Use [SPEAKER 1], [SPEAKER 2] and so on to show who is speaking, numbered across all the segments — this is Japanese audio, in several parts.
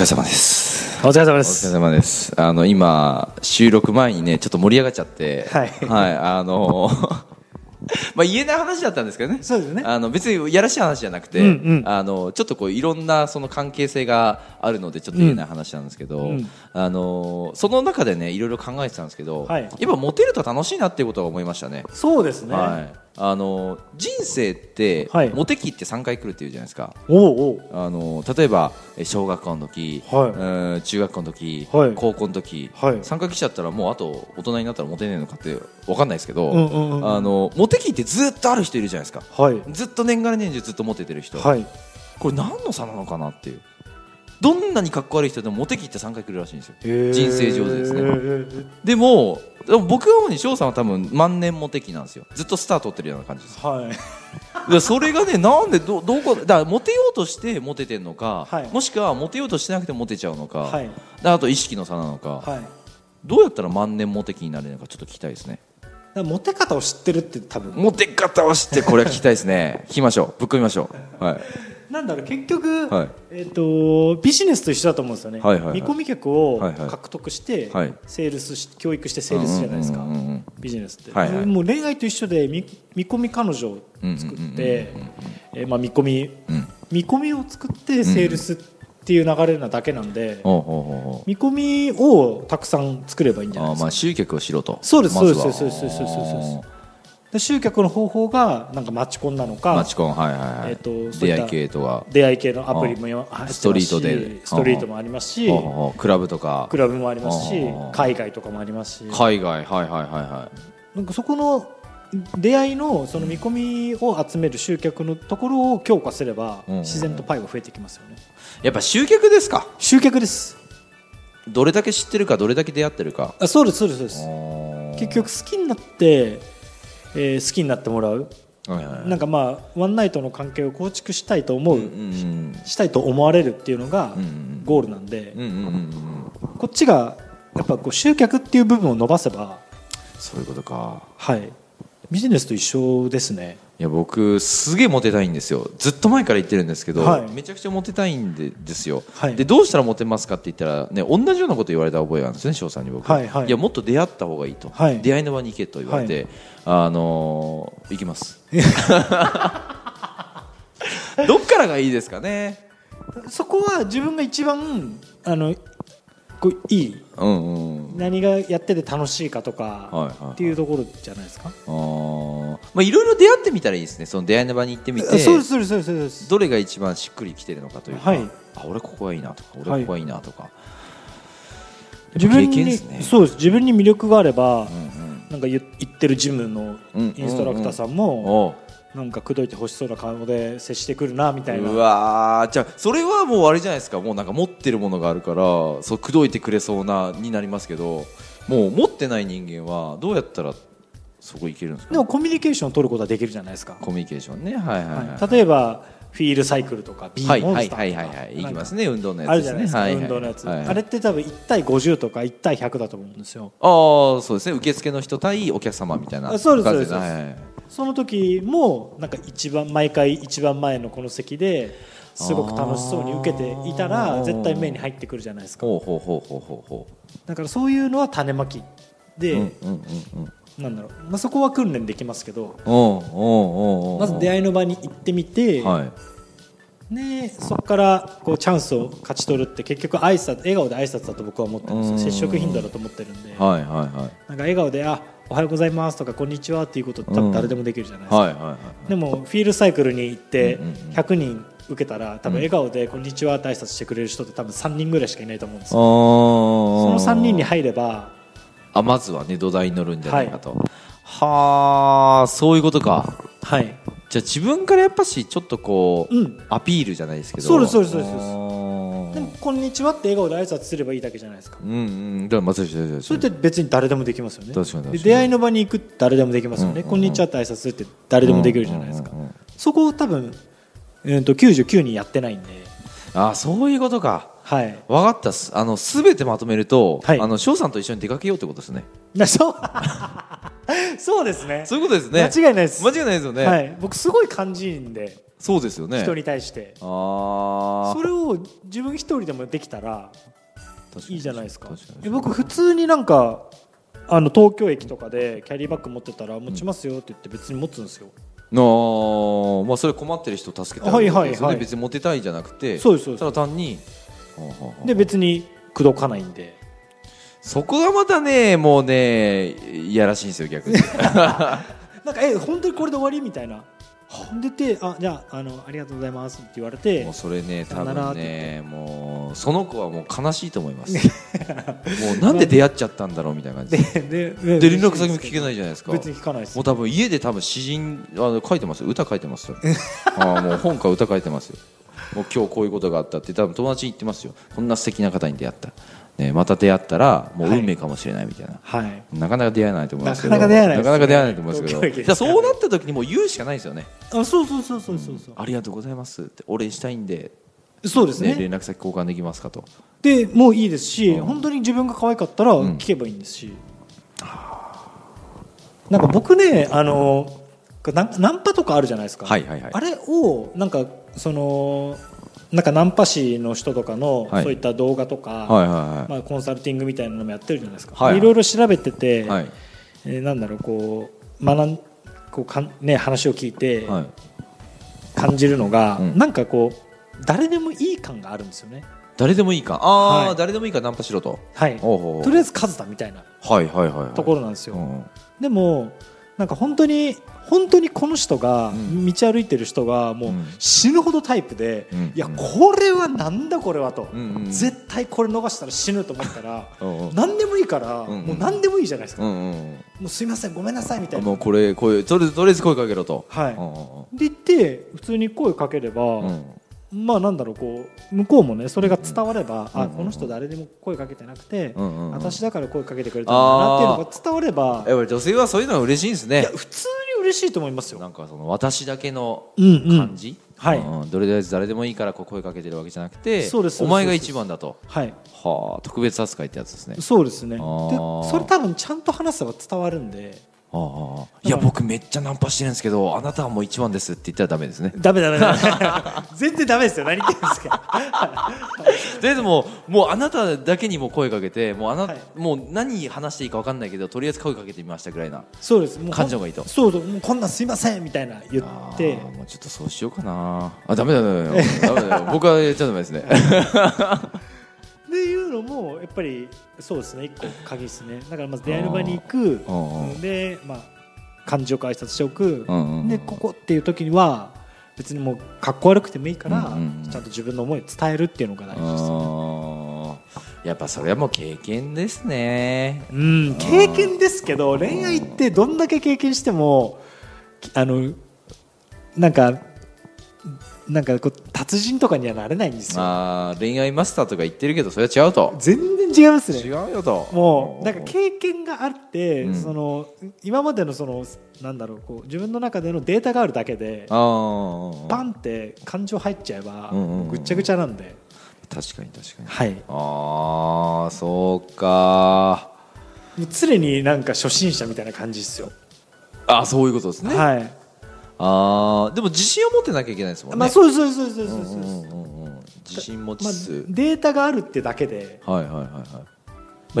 [SPEAKER 1] れ様です。
[SPEAKER 2] お疲れ様で
[SPEAKER 1] お疲れ
[SPEAKER 2] す。
[SPEAKER 1] 様です。あの、今、収録前にね、ちょっと盛り上がっちゃって、
[SPEAKER 2] はい
[SPEAKER 1] あの まあ言えない話だったんですけどね。
[SPEAKER 2] そうですね
[SPEAKER 1] あの別にやらしい話じゃなくて、
[SPEAKER 2] うんうん
[SPEAKER 1] あのちょっとこういろんなその関係性があるのでちょっと言えない話なんですけど、
[SPEAKER 2] うん
[SPEAKER 1] あのその中でねいろいろ考えてたんですけど、
[SPEAKER 2] はい
[SPEAKER 1] やっぱモテると楽しいなっていうことは思いましたね。
[SPEAKER 2] そうですね。
[SPEAKER 1] はい。あの人生って、
[SPEAKER 2] はい
[SPEAKER 1] モテ期って3回来るっていうじゃないですか。
[SPEAKER 2] おうおう。
[SPEAKER 1] あの例えばえ小学校の時、
[SPEAKER 2] はい
[SPEAKER 1] うん中学校の時、
[SPEAKER 2] はい
[SPEAKER 1] 高校の時、
[SPEAKER 2] はい
[SPEAKER 1] 参加来ちゃったらもうあと大人になったらモテねえのかって分かんないですけど、
[SPEAKER 2] うんうんうん
[SPEAKER 1] あのモテ期ってずっとある人いるじゃないですか
[SPEAKER 2] はい。
[SPEAKER 1] ずっと年がら年中ずっとモテてる人、
[SPEAKER 2] はい。
[SPEAKER 1] これ何の差なのかなっていうどんなにかっこ悪い人でもモテ期って3回来るらしいんですよ人生上でですね
[SPEAKER 2] ね。
[SPEAKER 1] でもでも僕は主に翔さんは多分万年モテ期なんですよずっとスター取ってるような感じです
[SPEAKER 2] はい。
[SPEAKER 1] いやそれがねなんでどどこだからモテようとしてモテてんのか、
[SPEAKER 2] はい
[SPEAKER 1] もしくはモテようとしてなくてモテちゃうのか、
[SPEAKER 2] はい。
[SPEAKER 1] であと意識の差なのか、
[SPEAKER 2] はい。だか
[SPEAKER 1] どうやったら万年モテ期になれるのかちょっと聞きたいですね
[SPEAKER 2] らモテ方を知ってるって多分。
[SPEAKER 1] モテ方を知ってこれは聞きたいですね 聞きましょうぶっ込みましょう、はい、
[SPEAKER 2] なんだろう、結局
[SPEAKER 1] はい、
[SPEAKER 2] えっと、ビジネスと一緒だと思うんですよね。
[SPEAKER 1] はいはいはい
[SPEAKER 2] 見込み客を
[SPEAKER 1] はいはい
[SPEAKER 2] 獲得して
[SPEAKER 1] はい、
[SPEAKER 2] セールスし、教育してセールスじゃないですか
[SPEAKER 1] うんうん。うん
[SPEAKER 2] ビジネスって。
[SPEAKER 1] はいはい
[SPEAKER 2] もう恋愛と一緒で、見見込み彼女を作って、えーまあ見込み、
[SPEAKER 1] うんうん
[SPEAKER 2] 見込みを作ってセールスっていう流れなだけなんで、
[SPEAKER 1] ほうほうほうほう
[SPEAKER 2] 見込みをたくさん作ればいいんじゃない
[SPEAKER 1] あー
[SPEAKER 2] です
[SPEAKER 1] ま
[SPEAKER 2] か
[SPEAKER 1] あ集客をしろと
[SPEAKER 2] そうです
[SPEAKER 1] まずは
[SPEAKER 2] そうですそうですそうですそうですそうです
[SPEAKER 1] あー
[SPEAKER 2] で集客の方法がなんかマチコンなの
[SPEAKER 1] マ
[SPEAKER 2] か
[SPEAKER 1] チコンはいはいはい、
[SPEAKER 2] えーとそうい
[SPEAKER 1] 出
[SPEAKER 2] った
[SPEAKER 1] 会い系とか
[SPEAKER 2] 出会い系のアプリもや
[SPEAKER 1] あー
[SPEAKER 2] 入ってますし
[SPEAKER 1] ストリートで
[SPEAKER 2] ストリートもありますし
[SPEAKER 1] ほうほうほうクラブとか
[SPEAKER 2] クラブもあります
[SPEAKER 1] あ
[SPEAKER 2] し
[SPEAKER 1] ー
[SPEAKER 2] 海外とかもありますし
[SPEAKER 1] 海外はいはいはいはい
[SPEAKER 2] なんかそこの出会いのその見込みを集める集客のところを強化すれば
[SPEAKER 1] うん
[SPEAKER 2] 自然とパイが増えてきますよね
[SPEAKER 1] やっぱ集客ですか
[SPEAKER 2] 集客です
[SPEAKER 1] どれだけ知ってるかどれだけ出会ってるか
[SPEAKER 2] あそうですそうですそうです
[SPEAKER 1] 結
[SPEAKER 2] 結局好きになってえー好きになってもらうなんかまあワンナイトの関係を構築したいと思う、
[SPEAKER 1] うん
[SPEAKER 2] したいと思われるっていうのが
[SPEAKER 1] うんうん
[SPEAKER 2] ゴールなんで、
[SPEAKER 1] うんうんうんうんうん
[SPEAKER 2] こっちがやっぱこう集客っていう部分を伸ばせば、
[SPEAKER 1] そういうことか
[SPEAKER 2] はい、ビジネスと一緒ですね
[SPEAKER 1] いや僕すげえモテたいんですよずっと前から言ってるんですけど、
[SPEAKER 2] はい
[SPEAKER 1] めちゃくちゃモテたいんでですよ、
[SPEAKER 2] はい
[SPEAKER 1] でどうしたらモテますかって言ったら、ね、同じようなこと言われた覚えがあるんですね翔さんに僕、
[SPEAKER 2] はいはい
[SPEAKER 1] やもっと出会った方がいいと、
[SPEAKER 2] はい
[SPEAKER 1] 出会いの場に行けと言われて、あのー行きます どっからがいいですかね
[SPEAKER 2] そこは自分が一番あのこういい
[SPEAKER 1] うんうん
[SPEAKER 2] 何がやってて楽しいかと
[SPEAKER 1] はい
[SPEAKER 2] か
[SPEAKER 1] はいはい
[SPEAKER 2] っていうところじゃないですか、
[SPEAKER 1] あーまあいろいろ出会ってみたらいいですねその出会いの場に行ってみて
[SPEAKER 2] あそうですそうですそうですそうです
[SPEAKER 1] どれが一番しっくりきてるのかというか、
[SPEAKER 2] はい
[SPEAKER 1] あ俺ここがいいなとか
[SPEAKER 2] は
[SPEAKER 1] 俺
[SPEAKER 2] い
[SPEAKER 1] ここがいいなとか、
[SPEAKER 2] 自分
[SPEAKER 1] 経験で
[SPEAKER 2] に
[SPEAKER 1] すね
[SPEAKER 2] そうです自分に魅力があれば、
[SPEAKER 1] うん
[SPEAKER 2] なんか言言ってるジムのインストラクターさ
[SPEAKER 1] う
[SPEAKER 2] ん
[SPEAKER 1] ん、
[SPEAKER 2] も
[SPEAKER 1] おう
[SPEAKER 2] なんか口説いてほしそうな顔で接してくるなみたいな
[SPEAKER 1] うわーじゃあそれはもうあれじゃないですかもうなんか持ってるものがあるからそう口説いてくれそうなになりますけどもう持ってない人間はどうやったらそこ行けるんですか
[SPEAKER 2] でもコミュニケーションを取ることはできるじゃないですか、
[SPEAKER 1] コミュニケーションねはいはいはい、
[SPEAKER 2] はい例えばフィールサイクルとかビ
[SPEAKER 1] は
[SPEAKER 2] ー
[SPEAKER 1] い
[SPEAKER 2] モン
[SPEAKER 1] は
[SPEAKER 2] ス
[SPEAKER 1] い
[SPEAKER 2] タ
[SPEAKER 1] はい
[SPEAKER 2] ー
[SPEAKER 1] は
[SPEAKER 2] と
[SPEAKER 1] い
[SPEAKER 2] か
[SPEAKER 1] はい行きます
[SPEAKER 2] ね
[SPEAKER 1] ね運動の
[SPEAKER 2] あ
[SPEAKER 1] や
[SPEAKER 2] る
[SPEAKER 1] つ
[SPEAKER 2] じ
[SPEAKER 1] で
[SPEAKER 2] ゃ
[SPEAKER 1] す
[SPEAKER 2] ない
[SPEAKER 1] ねはいはい
[SPEAKER 2] ですか、運動のやつ、
[SPEAKER 1] はい
[SPEAKER 2] あれって多分1対50とか1対100だと思うんですよ
[SPEAKER 1] ああそうですね受付の人対お客様みたいな
[SPEAKER 2] あそうです
[SPEAKER 1] 感じ
[SPEAKER 2] そうです
[SPEAKER 1] はいはい
[SPEAKER 2] その時もなんか一番毎回一番前のこの席ですごく楽しそうに受けていた
[SPEAKER 1] あー
[SPEAKER 2] ら絶対目に入ってくるじゃないですか
[SPEAKER 1] ほうほうほうほうほうほ
[SPEAKER 2] だからそういうのは種まき
[SPEAKER 1] う
[SPEAKER 2] で、
[SPEAKER 1] うんうんうんうん
[SPEAKER 2] なんだろう、まあ、そこは訓練できますけど
[SPEAKER 1] おうおうおうおう
[SPEAKER 2] まず出会いの場に行ってみて、
[SPEAKER 1] はい
[SPEAKER 2] ね、そこからこうチャンスを勝ち取るって結局挨拶笑顔で挨拶だと僕は思ってるんです
[SPEAKER 1] うん
[SPEAKER 2] よ接触頻度だと思ってるんで、
[SPEAKER 1] はいはいはい
[SPEAKER 2] なんか笑顔で「あおはようございます」とか「こんにちは」っていうことって多分誰でもできるじゃないですか、
[SPEAKER 1] はいはいはい
[SPEAKER 2] でもフィールサイクルに行って
[SPEAKER 1] うんうんうん
[SPEAKER 2] 100人受けたら多分笑顔で「こんにちは」って挨拶してくれる人って多分3人ぐらいしかいないと思うんです
[SPEAKER 1] そ
[SPEAKER 2] よその3人に入れば
[SPEAKER 1] あまずはね土台に乗るんじゃないかとはあそういうことか
[SPEAKER 2] はい
[SPEAKER 1] じゃあ自分からやっぱしちょっとこう、
[SPEAKER 2] うん
[SPEAKER 1] アピールじゃないですけど
[SPEAKER 2] そうですそうですそうです
[SPEAKER 1] あー
[SPEAKER 2] でも「こんにちは」って笑顔で挨拶すればいいだけじゃないですか
[SPEAKER 1] うんうんだからまさし
[SPEAKER 2] それって別に誰でもできますよね
[SPEAKER 1] 確かに確かに
[SPEAKER 2] で出会いの場に行くって誰でもできますよね、
[SPEAKER 1] うんうんうん
[SPEAKER 2] こんにちはって挨拶するって誰でもできるじゃないですか、そこを多分、えー、と99人やってないんで
[SPEAKER 1] あーそういうことか
[SPEAKER 2] はい
[SPEAKER 1] 分かったっすあの全てまとめると、
[SPEAKER 2] はい
[SPEAKER 1] あの翔さんと一緒に出かけようってことですね
[SPEAKER 2] なそう そうですね
[SPEAKER 1] そういうことですね
[SPEAKER 2] 間違いないです
[SPEAKER 1] 間違いないですよね、
[SPEAKER 2] はい、僕すごい感じいいんで、
[SPEAKER 1] そうですよね
[SPEAKER 2] 人に対して
[SPEAKER 1] ああ
[SPEAKER 2] それを自分一人でもできたらいいじゃないですか
[SPEAKER 1] 確に
[SPEAKER 2] え僕普通になんかあの東京駅とかでキャリーバッグ持ってたら持ちますよって言って別に持つんですよ、
[SPEAKER 1] なあまあそれ困ってる人を助けてあげる
[SPEAKER 2] はいはいはい
[SPEAKER 1] ことですよね別にモテたいじゃなくて
[SPEAKER 2] そうですそうです
[SPEAKER 1] ただ単にはあはあはあ
[SPEAKER 2] で別に口説かないんで
[SPEAKER 1] そこがまたねもうねいやらしいんですよ逆に
[SPEAKER 2] なんかえ本当にこれで終わりみたいな出てあじゃああのありがとうございますって言われて
[SPEAKER 1] もうそれね
[SPEAKER 2] さ
[SPEAKER 1] 多
[SPEAKER 2] よなら
[SPEAKER 1] 分
[SPEAKER 2] って
[SPEAKER 1] ねもうその子はもう悲しいと思い ますもうなんで出会っちゃったんだろうみたいな感じ
[SPEAKER 2] で
[SPEAKER 1] で
[SPEAKER 2] で
[SPEAKER 1] で連絡先も聞けないじゃないですか
[SPEAKER 2] 別に聞かないです
[SPEAKER 1] もう多分家で多分詩人あの書いてますよ歌書いてますよ ああもう本か歌書いてますよもう今日こういうことがあったって多分友達に言ってますよこんな素敵な方に出会った、ね、また出会ったらもう運命かもしれないみたいな、
[SPEAKER 2] はい
[SPEAKER 1] なかなか出会えないと思いますけど
[SPEAKER 2] なかなか出会えない
[SPEAKER 1] な
[SPEAKER 2] ですね
[SPEAKER 1] かなか出会えないと思いますけど
[SPEAKER 2] 東京駅
[SPEAKER 1] じ
[SPEAKER 2] で
[SPEAKER 1] ゃあ
[SPEAKER 2] すからね
[SPEAKER 1] そうなった時にもう言うしかないですよね
[SPEAKER 2] あそうそうそうそうそうそう、
[SPEAKER 1] ありがとうございますってお礼したいんで、
[SPEAKER 2] そうです
[SPEAKER 1] ね
[SPEAKER 2] ね
[SPEAKER 1] 連絡先交換できますかと
[SPEAKER 2] でもういいですし、
[SPEAKER 1] うん
[SPEAKER 2] 本当に自分が可愛かったら
[SPEAKER 1] ん
[SPEAKER 2] 聞けばいいんですし、なんか僕ねあのナンナンパとかあるじゃないですか、
[SPEAKER 1] はいはいはい
[SPEAKER 2] あれをなんかそのなんかナンパ師の人とかの、
[SPEAKER 1] はい
[SPEAKER 2] そういった動画とか、
[SPEAKER 1] はいはい
[SPEAKER 2] まあ、コンサルティングみたいなのもやってるじゃないですか、
[SPEAKER 1] はいはい
[SPEAKER 2] でいろいろ調べてて、
[SPEAKER 1] はいはい
[SPEAKER 2] えーなんだろうこう学んこうかん、ね、話を聞いて
[SPEAKER 1] はい
[SPEAKER 2] 感じるのが、
[SPEAKER 1] うん
[SPEAKER 2] なんかこう誰でもいい感があるんですよね、
[SPEAKER 1] 誰でもいいかああ、
[SPEAKER 2] はい
[SPEAKER 1] 誰でもいいかナンパしろと
[SPEAKER 2] はい、
[SPEAKER 1] おうおうおう
[SPEAKER 2] とりあえず数だみたいな
[SPEAKER 1] はいはいはいはい
[SPEAKER 2] ところなんですよ、
[SPEAKER 1] うん
[SPEAKER 2] でもなんか本当に本当にこの人が、
[SPEAKER 1] ん
[SPEAKER 2] 道歩いてる人がもう
[SPEAKER 1] うん
[SPEAKER 2] 死ぬほどタイプで、
[SPEAKER 1] うん
[SPEAKER 2] いやこれはなんだこれはと、
[SPEAKER 1] うんうん
[SPEAKER 2] 絶対これ逃したら死ぬと思ったら
[SPEAKER 1] うんうん
[SPEAKER 2] 何でもいいから、
[SPEAKER 1] うんうん
[SPEAKER 2] もう何でもいいじゃないですか、
[SPEAKER 1] うんうんうん
[SPEAKER 2] もうすいませんごめんなさいみた
[SPEAKER 1] あ
[SPEAKER 2] いな
[SPEAKER 1] もうこれこういうとりあえずとりあえず声かけろと
[SPEAKER 2] はい
[SPEAKER 1] うんうん
[SPEAKER 2] で言って普通に声かければ、
[SPEAKER 1] うんうん
[SPEAKER 2] まあなんだろうこう向こうもねそれが伝われば、
[SPEAKER 1] うんうん
[SPEAKER 2] あこの人誰でも声かけてなくて、
[SPEAKER 1] うんうんうん
[SPEAKER 2] 私だから声かけてくれたんだなっていうのが伝われば
[SPEAKER 1] やっぱり女性はそういうのが嬉しいんです
[SPEAKER 2] い
[SPEAKER 1] ね
[SPEAKER 2] や普通に嬉しいと思いますよ。
[SPEAKER 1] なんかその私だけの
[SPEAKER 2] うんうん
[SPEAKER 1] 感じ、
[SPEAKER 2] はい
[SPEAKER 1] うんうんどれだけ誰でもいいからこう声かけてるわけじゃなくて
[SPEAKER 2] そうですそうです
[SPEAKER 1] お前が一番だと
[SPEAKER 2] はい
[SPEAKER 1] はあ特別扱いってやつですね
[SPEAKER 2] そうですねで
[SPEAKER 1] あー
[SPEAKER 2] それ多分ちゃんと話せば伝わるんで
[SPEAKER 1] ああああいや僕めっちゃナンパしてるんですけどあなたはもう一番ですって言ったらダメですね
[SPEAKER 2] ダメダメダメ 全然ダメですよ何言ってるんですか
[SPEAKER 1] ででももうあなただけにも声かけてもうあな、
[SPEAKER 2] はい
[SPEAKER 1] もう何話していいか分かんないけどとりあえず声かけてみましたぐらいな
[SPEAKER 2] そうですもう
[SPEAKER 1] 感情がいいと
[SPEAKER 2] そうそうもうこんなんすいませんみたいな言
[SPEAKER 1] あ
[SPEAKER 2] っ
[SPEAKER 1] ー
[SPEAKER 2] て
[SPEAKER 1] もうちょっとそうしようかなあダメだダメだダメだよ 僕はやっちゃダメですね
[SPEAKER 2] っていうのもやっぱりそうですね一個鍵ですねだからまず出会いの場に行く
[SPEAKER 1] あー
[SPEAKER 2] でまあ感情から挨拶してお
[SPEAKER 1] うん
[SPEAKER 2] く
[SPEAKER 1] うんうん
[SPEAKER 2] でここっていう時には別にもうかっこ悪くてもいいから
[SPEAKER 1] うんうんうん
[SPEAKER 2] ちゃんと自分の思いを伝えるっていうのが大事ですよね
[SPEAKER 1] あーやっぱそれはもう経験ですね
[SPEAKER 2] うん、経験ですけど恋愛ってどんだけ経験してもきあのなんかなんかこう達人とかにはなれないんですよ
[SPEAKER 1] まあ恋愛マスターとか言ってるけどそれは違うと
[SPEAKER 2] 全然違います
[SPEAKER 1] 違う
[SPEAKER 2] ね
[SPEAKER 1] よと
[SPEAKER 2] もうなんか経験があって、
[SPEAKER 1] うん
[SPEAKER 2] その今までのそのなんだろうこう自分の中でのデータがあるだけで
[SPEAKER 1] あー
[SPEAKER 2] パンって感情入っちゃえば
[SPEAKER 1] うんうんうん
[SPEAKER 2] ぐっちゃぐちゃなんで、
[SPEAKER 1] 確かに確かに
[SPEAKER 2] はい、
[SPEAKER 1] ああそうか
[SPEAKER 2] 常になんか初心者みたいな感じですよ、
[SPEAKER 1] あそういうことですね、
[SPEAKER 2] はい、
[SPEAKER 1] あーでも自信を持ってなきゃいけないですもんね
[SPEAKER 2] まあそうですそうですそうですそうです、
[SPEAKER 1] うんうんうんうん自信持ち
[SPEAKER 2] まあ
[SPEAKER 1] つつ、、
[SPEAKER 2] データがあるってだけで
[SPEAKER 1] はいはいはいはい、ま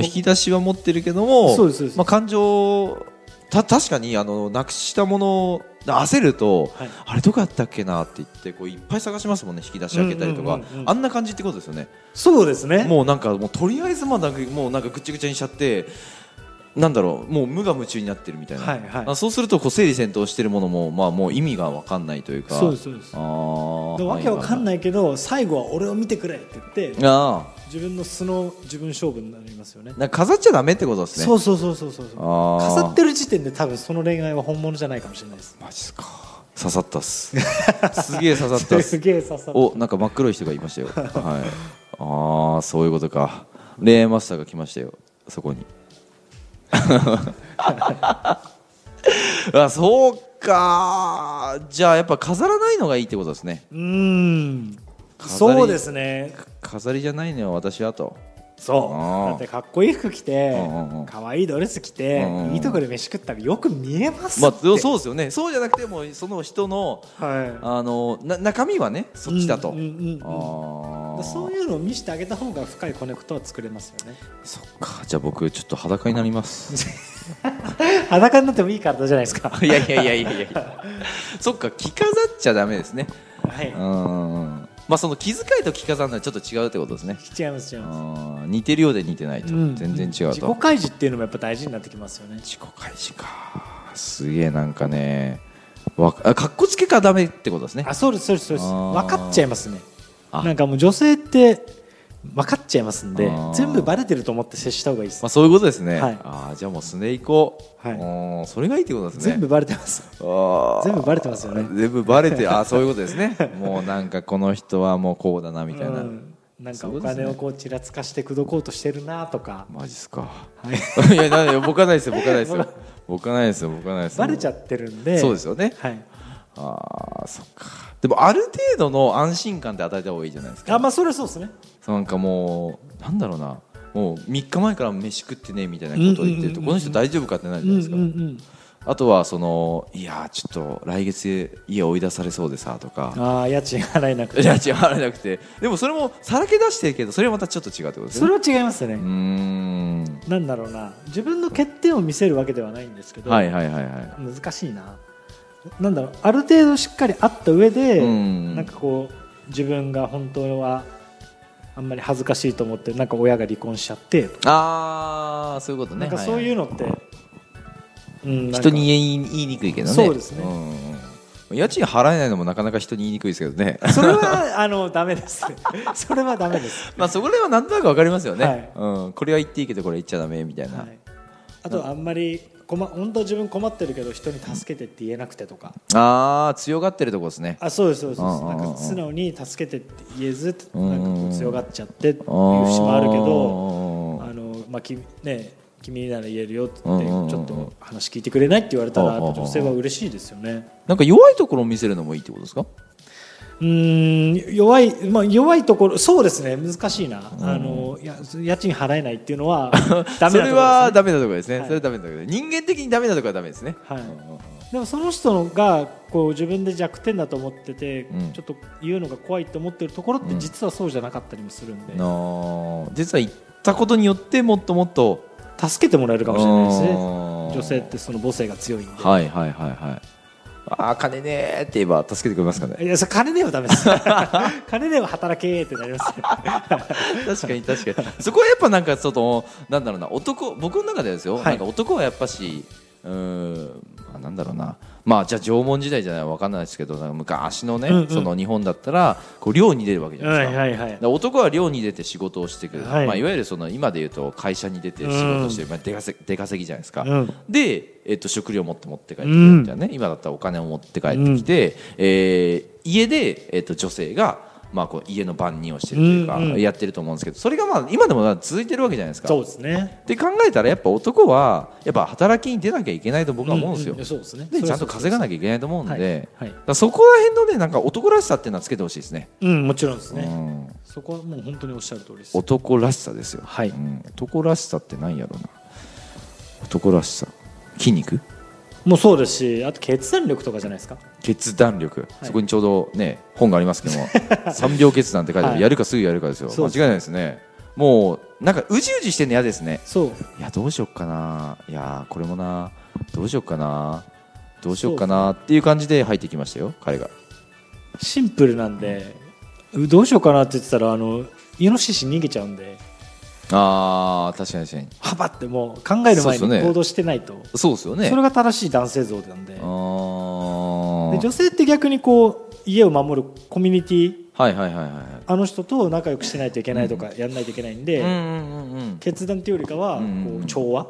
[SPEAKER 1] あ、引き出しは持ってるけども
[SPEAKER 2] そうですそうです
[SPEAKER 1] まあ、感情た確かにあのなくしたものを焦ると、
[SPEAKER 2] はい
[SPEAKER 1] あれどこやったっけなって言ってこういっぱい探しますもんね引き出し開けたりとか、
[SPEAKER 2] うんうんうんうん
[SPEAKER 1] あんな感じってことですよね
[SPEAKER 2] そうですね
[SPEAKER 1] もうなんかもうとりあえずまあなんかもうなんかぐちゃぐちゃにしちゃってなんだろうもう無我夢中になってるみたいな、
[SPEAKER 2] はいはい
[SPEAKER 1] あそうするとこう整理整頓してるものも、まあ、もう意味が分かんないというか
[SPEAKER 2] そうですそうです
[SPEAKER 1] あー
[SPEAKER 2] でわけわかん
[SPEAKER 1] い
[SPEAKER 2] ないけど最後は俺を見てくれって言って
[SPEAKER 1] あ
[SPEAKER 2] 自分の素の自分勝負になりますよね
[SPEAKER 1] ーなんか飾っちゃダメってことですね
[SPEAKER 2] そうそうそうそうそう
[SPEAKER 1] あー
[SPEAKER 2] 飾ってる時点で多分その恋愛は本物じゃないかもしれないです
[SPEAKER 1] マジっすか刺さったっすすげえ刺さったっ
[SPEAKER 2] す
[SPEAKER 1] す
[SPEAKER 2] げえ刺さる
[SPEAKER 1] おなんか真っ黒い人がいましたよはいああそういうことか恋愛マスターが来ましたよそこにあそうかじゃあやっぱ飾らないのがいいってことですね
[SPEAKER 2] うーん
[SPEAKER 1] 飾り
[SPEAKER 2] そうですね
[SPEAKER 1] 飾りじゃないのよ私はと
[SPEAKER 2] そう
[SPEAKER 1] あー
[SPEAKER 2] だってかっこいい服着て
[SPEAKER 1] うんうんうん
[SPEAKER 2] 可愛いドレス着
[SPEAKER 1] うん
[SPEAKER 2] て
[SPEAKER 1] うんうん
[SPEAKER 2] いいとこで飯食ったらよく見えます
[SPEAKER 1] ま
[SPEAKER 2] っ
[SPEAKER 1] あ
[SPEAKER 2] て
[SPEAKER 1] そうそうですよねそうじゃなくてもうその人の
[SPEAKER 2] は
[SPEAKER 1] あのな中身はね
[SPEAKER 2] い
[SPEAKER 1] そっちだと、
[SPEAKER 2] うんうんうん
[SPEAKER 1] あー
[SPEAKER 2] そういうのを見せてあげた方が深いコネクトは作れますよね
[SPEAKER 1] そっかじゃあ僕ちょっと裸になります
[SPEAKER 2] 裸になってもいい体じゃないですかはい
[SPEAKER 1] や いやいやいやいやそっか着飾っちゃダメですね
[SPEAKER 2] い
[SPEAKER 1] うんまあその気遣いと着飾るのはちょっと違うってことですね
[SPEAKER 2] 違います違いま
[SPEAKER 1] うん似てるようで似てないと、
[SPEAKER 2] す、うん
[SPEAKER 1] 全然違う
[SPEAKER 2] 自
[SPEAKER 1] と
[SPEAKER 2] 己開示っていうのもやっぱ大事になってきますよね
[SPEAKER 1] 自己開示かすげえなんかねわかあかっこつけかダメってことですね
[SPEAKER 2] あそうですそうですそうです
[SPEAKER 1] あー
[SPEAKER 2] 分かっちゃいますね
[SPEAKER 1] あ
[SPEAKER 2] なんかもう女性って分かっちゃいますんで
[SPEAKER 1] あー
[SPEAKER 2] 全部バレてると思って接した方がいいです、
[SPEAKER 1] まあ、そういうことですね、
[SPEAKER 2] はい
[SPEAKER 1] あーじゃあもうスネ行こう、
[SPEAKER 2] はい
[SPEAKER 1] うんそれがいいってことですね
[SPEAKER 2] 全部バレてます
[SPEAKER 1] あー
[SPEAKER 2] 全部バレてますよね
[SPEAKER 1] 全部バレてあーそういうことですねもうなんかこの人はもうこうだなみたいな、
[SPEAKER 2] うん なんか
[SPEAKER 1] そうい
[SPEAKER 2] お
[SPEAKER 1] うことです
[SPEAKER 2] 金
[SPEAKER 1] ね
[SPEAKER 2] をこうちらつかして口説こうとしてるなとか、
[SPEAKER 1] マジっすか
[SPEAKER 2] はい、
[SPEAKER 1] いやなんで僕はないですよ僕はないです よ僕はないですよ僕はないですよ
[SPEAKER 2] バレちゃってるんで
[SPEAKER 1] そうですよね
[SPEAKER 2] はい、
[SPEAKER 1] あーそっかでもある程度の安心感って与えた方がいいじゃないですか
[SPEAKER 2] あまあそれはそうですね
[SPEAKER 1] なんかもうなんだろうなもう3日前から飯食ってねみたいなことを言ってると、
[SPEAKER 2] うんうんうんうん
[SPEAKER 1] この人大丈夫かってなる
[SPEAKER 2] う
[SPEAKER 1] じゃ
[SPEAKER 2] ん
[SPEAKER 1] な
[SPEAKER 2] う
[SPEAKER 1] い
[SPEAKER 2] ん
[SPEAKER 1] ですか、
[SPEAKER 2] うん
[SPEAKER 1] あとはそのいやーちょっと来月家追い出されそうでさとか
[SPEAKER 2] ああ家賃払えなく て
[SPEAKER 1] いや違うあれなくてでもそれもさらけ出してるけどそれはまたちょっと違うってことです
[SPEAKER 2] そ
[SPEAKER 1] ね
[SPEAKER 2] れは違いますね、
[SPEAKER 1] うーん
[SPEAKER 2] なんだろうな自分の欠点を見せるわけではないんですけど、
[SPEAKER 1] はいはいはいはい
[SPEAKER 2] 難しいななんだろうある程度しっかりあった上で、
[SPEAKER 1] うん
[SPEAKER 2] なんかこう自分が本当はあんまり恥ずかしいと思ってなんか親が離婚しちゃって、
[SPEAKER 1] ああそういうことね
[SPEAKER 2] なんかそういうのって、うんなんか
[SPEAKER 1] 人に言い言いにくいけどね
[SPEAKER 2] そうですね
[SPEAKER 1] うん家賃払えないのもなかなか人に言いにくいですけどね
[SPEAKER 2] それはあのダメです。それはダメです。
[SPEAKER 1] まあそこら辺はなんとなくわかりますよね、
[SPEAKER 2] はい
[SPEAKER 1] うん、これは言っていいけどこれ言っちゃダメみたいな、
[SPEAKER 2] はい、あとあんまり困本当自分困ってるけど人に助けてって言えなくてとか。
[SPEAKER 1] ああ強がってるとこですね
[SPEAKER 2] あそうですそうです。
[SPEAKER 1] うんうんうん
[SPEAKER 2] なんか素直に助けてって言えず
[SPEAKER 1] うんう
[SPEAKER 2] なんんかこう強がっちゃってっていう節
[SPEAKER 1] あー
[SPEAKER 2] もあるけど、あのまあ君ね君なら言えるよってち
[SPEAKER 1] うんうんうん
[SPEAKER 2] ょっと話聞いてくれないって言われたらや
[SPEAKER 1] う
[SPEAKER 2] っ
[SPEAKER 1] んうんうん
[SPEAKER 2] ぱ女性は嬉しいですよね。
[SPEAKER 1] なんか弱いところを見せるのもいいってことですか
[SPEAKER 2] うーん弱い、まあ、弱いところそうですね難しいな、あのいや家賃払えないっていう のはダメなところです、ね、
[SPEAKER 1] それはダメなところですね、
[SPEAKER 2] はい
[SPEAKER 1] それはダメなところです人間的にダメなところはダメですね
[SPEAKER 2] はい
[SPEAKER 1] うんうんうん
[SPEAKER 2] でもその人がこう自分で弱点だと思ってて、
[SPEAKER 1] うん
[SPEAKER 2] ちょっと言うのが怖いと思ってるところって
[SPEAKER 1] うん
[SPEAKER 2] 実はそうじゃなかったりもするんで、
[SPEAKER 1] あー実は行ったことによってもっともっと
[SPEAKER 2] 助けてもらえるかもしれないですね女
[SPEAKER 1] 女
[SPEAKER 2] 性ってその母性が強いんで、
[SPEAKER 1] はいはいはいはいああ金ねーって言えば助けてくれますかね
[SPEAKER 2] い、やそれ金ねえはダメです 金ねえは働けーってなりますね
[SPEAKER 1] 確かに確かにそこはやっぱなんかちょっとなんだろうな男僕の中ではですよ、
[SPEAKER 2] はい
[SPEAKER 1] なんか男はやっぱしうーんまあなんだろうなまあじゃあ縄文時代じゃないわかんないですけどなんか昔のね、
[SPEAKER 2] うんうん
[SPEAKER 1] その日本だったらこう漁に出るわけじゃないで
[SPEAKER 2] は
[SPEAKER 1] すか
[SPEAKER 2] いはいはい
[SPEAKER 1] だから男は寮に出て仕事をしてくる、
[SPEAKER 2] はい
[SPEAKER 1] いまあ、いわゆるその今でいうと会社に出て仕事をして、まあ、出稼ぎ出稼ぎじゃないですか、
[SPEAKER 2] うん
[SPEAKER 1] で、えっと、食料を持って持って帰ってくるみたいなね、今だったらお金を持って帰ってきて、えー家で、えっと、女性が、まあ、こう家の番人をしてるというか、
[SPEAKER 2] うんうん
[SPEAKER 1] やってると思うんですけどそれがまあ今でもまだ続いてるわけじゃないですか。
[SPEAKER 2] そうですね
[SPEAKER 1] って考えたらやっぱ男はやっぱ働きに出なきゃいけないと僕は思うんですよ。
[SPEAKER 2] んんそうですね
[SPEAKER 1] でちゃんと稼がなきゃいけないと思うんで、
[SPEAKER 2] はい、
[SPEAKER 1] だ
[SPEAKER 2] はい
[SPEAKER 1] からそこら辺のねなんか男らしさっていうのはつけてほしいですね。
[SPEAKER 2] うんもちろんですね、
[SPEAKER 1] うん
[SPEAKER 2] そこはもう本当におっしゃる通りです。
[SPEAKER 1] 男らしさですよ、
[SPEAKER 2] はい
[SPEAKER 1] うん男らしさって何やろうな男らしさ筋肉
[SPEAKER 2] もうそうですし、あと決断力とかじゃないですか。
[SPEAKER 1] 決断力、
[SPEAKER 2] い
[SPEAKER 1] そこにちょうどね本がありますけど も3秒決断って書いてある、
[SPEAKER 2] はい
[SPEAKER 1] やるかすぐやるかですよ
[SPEAKER 2] そう
[SPEAKER 1] 間
[SPEAKER 2] で
[SPEAKER 1] 違
[SPEAKER 2] す
[SPEAKER 1] いないですねもうなんかうじうじしてんの嫌ですね
[SPEAKER 2] そう。
[SPEAKER 1] いやどうしよっかないやこれもなどうしよっかなどうしよっかなっていう感じで入ってきましたよ彼が
[SPEAKER 2] シンプルなんで、どうしようかなって言ってたら、あの、イノシシ逃げちゃうんで、
[SPEAKER 1] あー確かに確かに
[SPEAKER 2] はばってもう考える
[SPEAKER 1] そうっ
[SPEAKER 2] 前
[SPEAKER 1] すよね
[SPEAKER 2] に行動してないと。そ
[SPEAKER 1] そうですよね
[SPEAKER 2] れが正しい男性像なんで。
[SPEAKER 1] あ
[SPEAKER 2] で
[SPEAKER 1] ー
[SPEAKER 2] 女性って逆にこう、家を守るコミュニティ、
[SPEAKER 1] はいはいはいはいはい
[SPEAKER 2] あの人と仲良くしてないといけないとか、やんないといけないんで、
[SPEAKER 1] うんうんうんうん
[SPEAKER 2] 決断というよりかは、
[SPEAKER 1] う
[SPEAKER 2] こ
[SPEAKER 1] ん
[SPEAKER 2] う、調和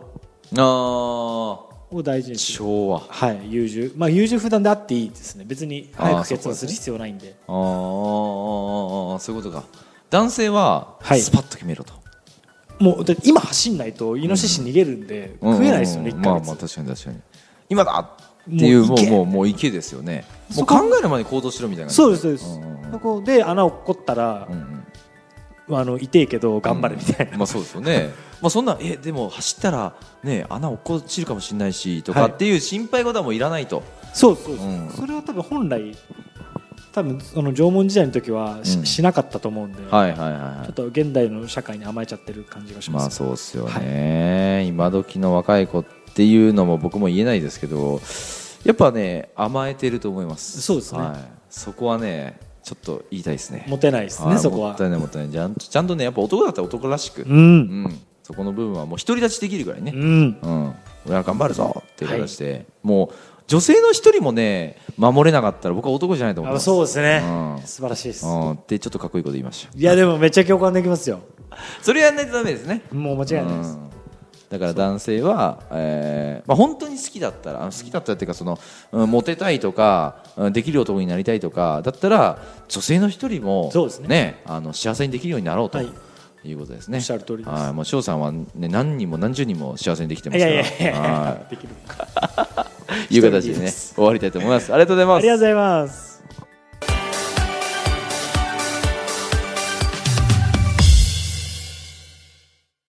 [SPEAKER 1] ああ
[SPEAKER 2] を大事にする。
[SPEAKER 1] 昭和
[SPEAKER 2] はい、優柔。まあ、優柔不断であっていいですね。別に早
[SPEAKER 1] あー
[SPEAKER 2] く決
[SPEAKER 1] そう
[SPEAKER 2] 断
[SPEAKER 1] です
[SPEAKER 2] す
[SPEAKER 1] ね
[SPEAKER 2] る必要ないんで。
[SPEAKER 1] あーあーあーあーそういうことか男性は
[SPEAKER 2] はい
[SPEAKER 1] スパッと決めろと、
[SPEAKER 2] もうだって今走んないとイノシシ逃げるんで、食えないですよね、
[SPEAKER 1] う
[SPEAKER 2] 一
[SPEAKER 1] ん
[SPEAKER 2] ヶ
[SPEAKER 1] うん
[SPEAKER 2] 月、
[SPEAKER 1] まあまあ確かに確かに今だっていう
[SPEAKER 2] も
[SPEAKER 1] も
[SPEAKER 2] う
[SPEAKER 1] う
[SPEAKER 2] 行け
[SPEAKER 1] もうもう池ですよねも
[SPEAKER 2] そうこ
[SPEAKER 1] 考える前に行動しろみたいな感じ
[SPEAKER 2] そうですそうです、
[SPEAKER 1] うんうんうん
[SPEAKER 2] そこで穴を掘ったら、
[SPEAKER 1] うんうん
[SPEAKER 2] あの痛いけど頑張れみたいな、
[SPEAKER 1] まあそうですよね。 まあそんなえでも走ったらね穴落っこちるかもしれないしとか
[SPEAKER 2] はい
[SPEAKER 1] っていう心配事はもういらないと。
[SPEAKER 2] そうそうそう、
[SPEAKER 1] うん
[SPEAKER 2] それは多分本来多分その縄文時代の時はし,、
[SPEAKER 1] うん
[SPEAKER 2] なかったと思うんで、
[SPEAKER 1] はいはいはいは
[SPEAKER 2] ちょっ
[SPEAKER 1] い。
[SPEAKER 2] と現代の社会に甘えちゃってる感じがしま
[SPEAKER 1] まあ
[SPEAKER 2] す、
[SPEAKER 1] そうですよね。今時の若い子っていうのも僕も言えないですけど、やっぱね甘えてると思います。
[SPEAKER 2] そうですね
[SPEAKER 1] はい。そこはねちょっと言いたいですね。
[SPEAKER 2] モテないです
[SPEAKER 1] は
[SPEAKER 2] ね
[SPEAKER 1] い
[SPEAKER 2] そこ
[SPEAKER 1] も
[SPEAKER 2] は
[SPEAKER 1] ったいないもったいない。ちゃんとちゃんとねやっぱ男だったら男らしく、
[SPEAKER 2] う
[SPEAKER 1] うんん、そこの部分はもう独り立ちできるぐらいね。
[SPEAKER 2] うん
[SPEAKER 1] うん、俺は頑張るぞっていう形で、もう女性の一人もね守れなかったら僕は男じゃないと思い
[SPEAKER 2] あ
[SPEAKER 1] ます
[SPEAKER 2] そうですね、
[SPEAKER 1] うん
[SPEAKER 2] 素晴らしいです、
[SPEAKER 1] うん、ってちょっとかっこいいこと言いました
[SPEAKER 2] いやでもめっちゃ共感できますよ
[SPEAKER 1] それやらないとダメですね
[SPEAKER 2] もう間違いないです、
[SPEAKER 1] うんだから男性は、えーまあ、本当に好きだったらあの好きだったらっていうかその、うん、モテたいとかうんできる男になりたいとかだったら女性の一人も、
[SPEAKER 2] そうですね
[SPEAKER 1] あの幸せにできるようになろうと、
[SPEAKER 2] はいい、
[SPEAKER 1] うことですね
[SPEAKER 2] おっしゃる通りです
[SPEAKER 1] はいもう翔さんは、ね、何人も何十人も幸せにできてま
[SPEAKER 2] い
[SPEAKER 1] すか
[SPEAKER 2] や
[SPEAKER 1] ら
[SPEAKER 2] いやいやい
[SPEAKER 1] はい
[SPEAKER 2] やできる
[SPEAKER 1] いう形でね
[SPEAKER 2] 一人でいいで
[SPEAKER 1] 終わりたいと思いますありがとうござい
[SPEAKER 2] あ
[SPEAKER 1] ます
[SPEAKER 2] りがとうございます